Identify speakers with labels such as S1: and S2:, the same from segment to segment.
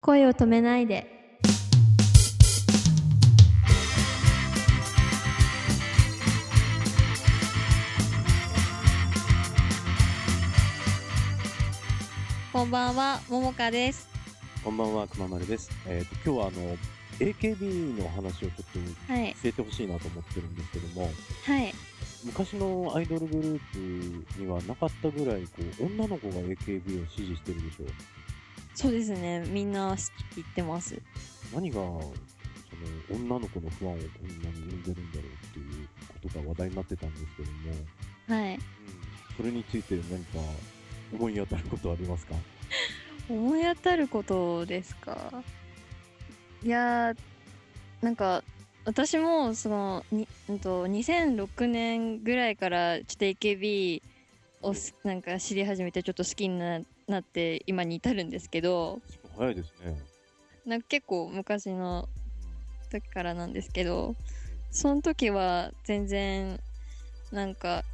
S1: 声を止めないで。こんばんは、ももかです。
S2: こんばんは、くままるです。えっ、と、今日はあの、AKB の話をちょっと
S1: はい、
S2: 教えてほしいなと思ってるんですけども、
S1: はい、
S2: 昔のアイドルグループにはなかったぐらい、こう、女の子が AKB を支持してるでしょう。
S1: そうですね。みんな好きって言ってます。
S2: 何が、その、女の子の不安をこんなに生んでるんだろうっていうことが話題になってたんですけども、
S1: はい。
S2: それについて何か思い当たることありますか
S1: 思い当たることですかいやーなんか私もそのに、うんと、2006年ぐらいからちょっと AKB をすなんか知り始めてちょっと好きにななって今に至るんですけど
S2: 早いですね。
S1: なんか結構昔の時からなんですけどその時は全然なんか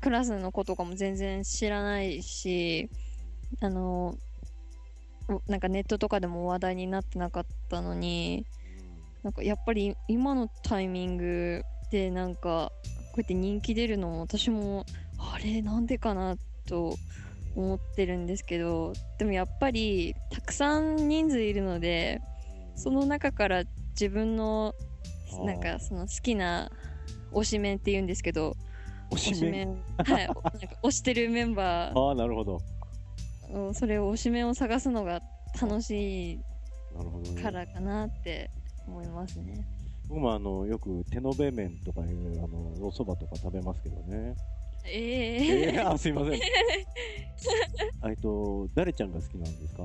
S1: クラスの子とかも全然知らないしあのおなんかネットとかでも話題になってなかったのになんかやっぱり今のタイミングでなんかこうやって人気出るのも私もあれなんでかなと思ってるんですけどでもやっぱりたくさん人数いるのでその中から自分の
S2: あー
S1: なんかその好きな推しメンって言うんですけど
S2: 推しメン。
S1: 推しメンはいなんか推してるメンバー
S2: ああ、なるほど。
S1: をそれを推しメンを探すのが楽し
S2: なるほど、
S1: い
S2: ね。
S1: からかなって思いますね
S2: 僕もあのよく手延べ麺とかいうあのおそばとか食べますけど ね。
S1: ええ
S2: えー、あすいま せん。えっと誰ちゃんが好きなんですか？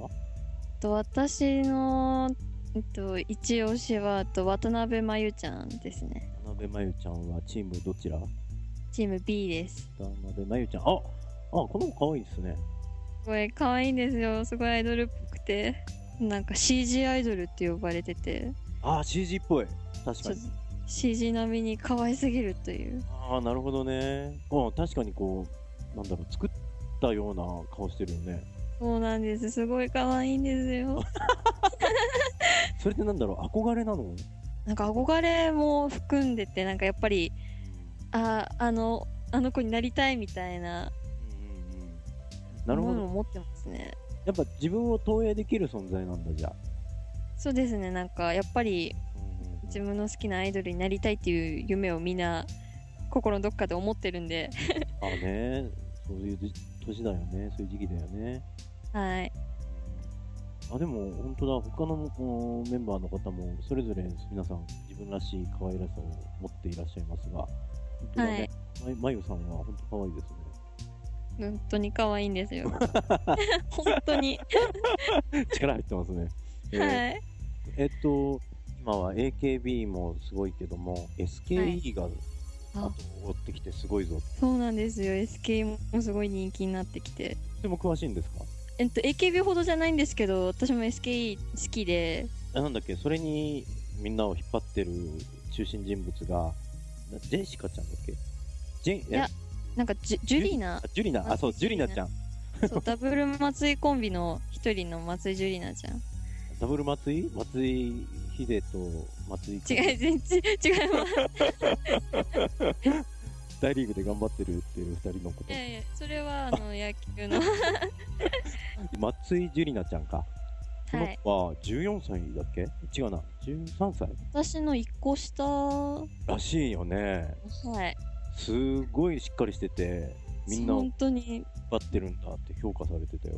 S1: と私の、えっと、一押しはと渡辺真由ちゃんですね
S2: 田辺真由ちゃんはチームどちら？
S1: チーム B です
S2: 田辺真由ちゃん。あ、あこの子可愛いですね。
S1: すごい可愛いんですよすごいアイドルっぽくてなんか CG アイドルって呼ばれてて
S2: あー CG っぽい。確
S1: ち
S2: か
S1: ょっ
S2: に
S1: と。CG 並みに可愛すぎるという
S2: ああなるほどね。うん確かにこうなんだろう作ったような顔してるよね。
S1: そうなんです。すごい可愛いんです よ。
S2: それってなんだろう憧れなの？
S1: なんか憧れも含んでて、なんかやっぱり、あ、あの、あの子になりたいみたいな
S2: うんうんうん。
S1: も
S2: なるほ
S1: の
S2: ど
S1: を。持ってますね。
S2: やっぱ自分を投影できる存在なんだじゃあ。
S1: そうですね。なんかやっぱり
S2: うんうんうん
S1: 自分の好きなアイドルになりたいっていう夢をみんな心のどっかで思ってるんで、
S2: あね、そういうじ年だよね、そういう時期だよね。
S1: はい。
S2: あでも、本当だ、他のこうメンバーの方も、それぞれ皆さん、自分らしい可愛らしさを持っていらっしゃいますが、本当だね、ままゆさんは本当可愛いです ね。
S1: 本当に可愛いんです よ。本当に。
S2: 力入ってますね。えー
S1: はい。
S2: えっと、今は AKB もすごいけども、SKE が
S1: あ
S2: 後を追ってきてすごいぞ。
S1: そうなんですよ。SK もすごい人気になってきて。
S2: とても詳しいんですか
S1: えっと、AKB ほどじゃないんですけど、私も SKE 好きで、
S2: あなんだっけ、それにみんなを引っ張ってる中心人物が、なジェシカちゃんだっけジェン、
S1: いやなんかジュジュリーナ
S2: あ、ジュリナ、あ、そう、ジュリナちゃん。
S1: そうダブル松井コンビの一人の松井ジュリナちゃん。
S2: ダブル松井松井秀と松井
S1: 違う、全然違い ます。
S2: 大リーグで頑張ってるっていう二人のこ
S1: い
S2: と。
S1: やいや、それはあの野球の。
S2: 松井ジュリナちゃんか。こ
S1: は
S2: の
S1: い。
S2: 子は14歳だっけ違うな。13歳
S1: 私の一個下、は
S2: らしいよね。
S1: い。
S2: すごいしっかりしてて、みんなを引
S1: 本当に、
S2: っ張ってるんだって評価されてたよ。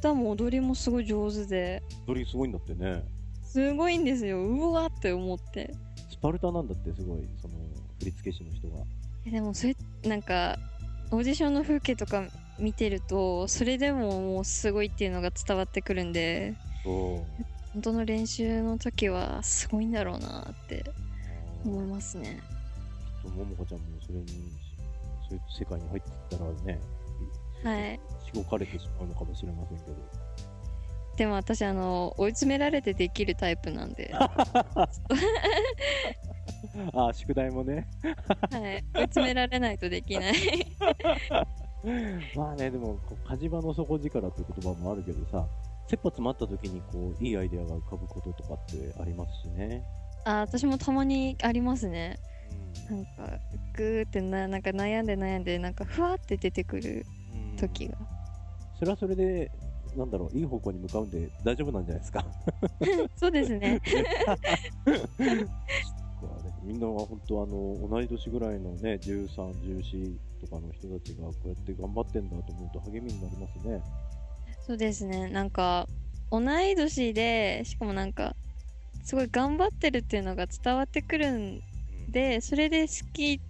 S1: 歌も踊りもすごい上手で、
S2: 踊りすごいんだってね。
S1: すごいんですよ。うわって思って。
S2: スパルタなんだってすごい、その、振付師の人が。
S1: いやでも、それ、なんか、オーディションの風景とか見てると、それでももうすごいっていうのが伝わってくるんで、
S2: そう。
S1: 本当の練習の時はすごいんだろうなって思い
S2: きっ
S1: ますね。
S2: と、ももかちゃんもそれに、そういう世界に入っていったらね、
S1: はい。
S2: しごかれてしまうのかもしれませんけど。
S1: でも私あの追い詰められてできるタイプなんで、は
S2: ああ、宿題もね。
S1: い、追い詰められないとできない
S2: まあね、でも、こう火事場の底力って言葉もあるけどさ、切羽詰まった時にこういいアイデアが浮かぶこととかってありますしね。
S1: あ私もたまにありますね
S2: う
S1: なんかグーってななんか悩んで悩んでなんかふわって出てくる
S2: ん
S1: 時が、
S2: それはそれで、なんだろう、いい方向に向かうんで大丈夫なんじゃないですか。
S1: そうですね
S2: そっかねみんなは本当あの、同い年ぐらいのね、13、14とかの人たちがこうやって頑張ってんだと思うと励みになりますね。
S1: そうですねなんか同い年でしかもなんかすごい頑張ってるっていうのが伝わってくるんでそれで好き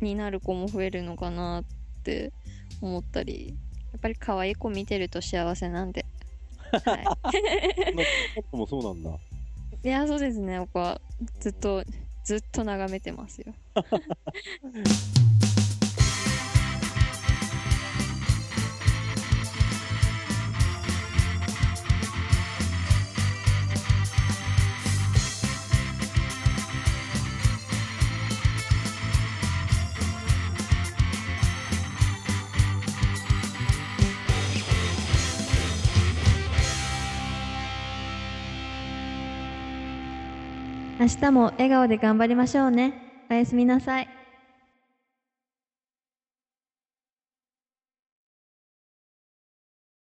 S1: になる子も増えるのかなって思ったりやっぱり可愛い子見てると幸せなんで、は
S2: パパもそうなんだ。
S1: い、いやそうですね僕はずっとずっと眺めてますよ明日も笑顔で頑張りましょうねおやすみなさい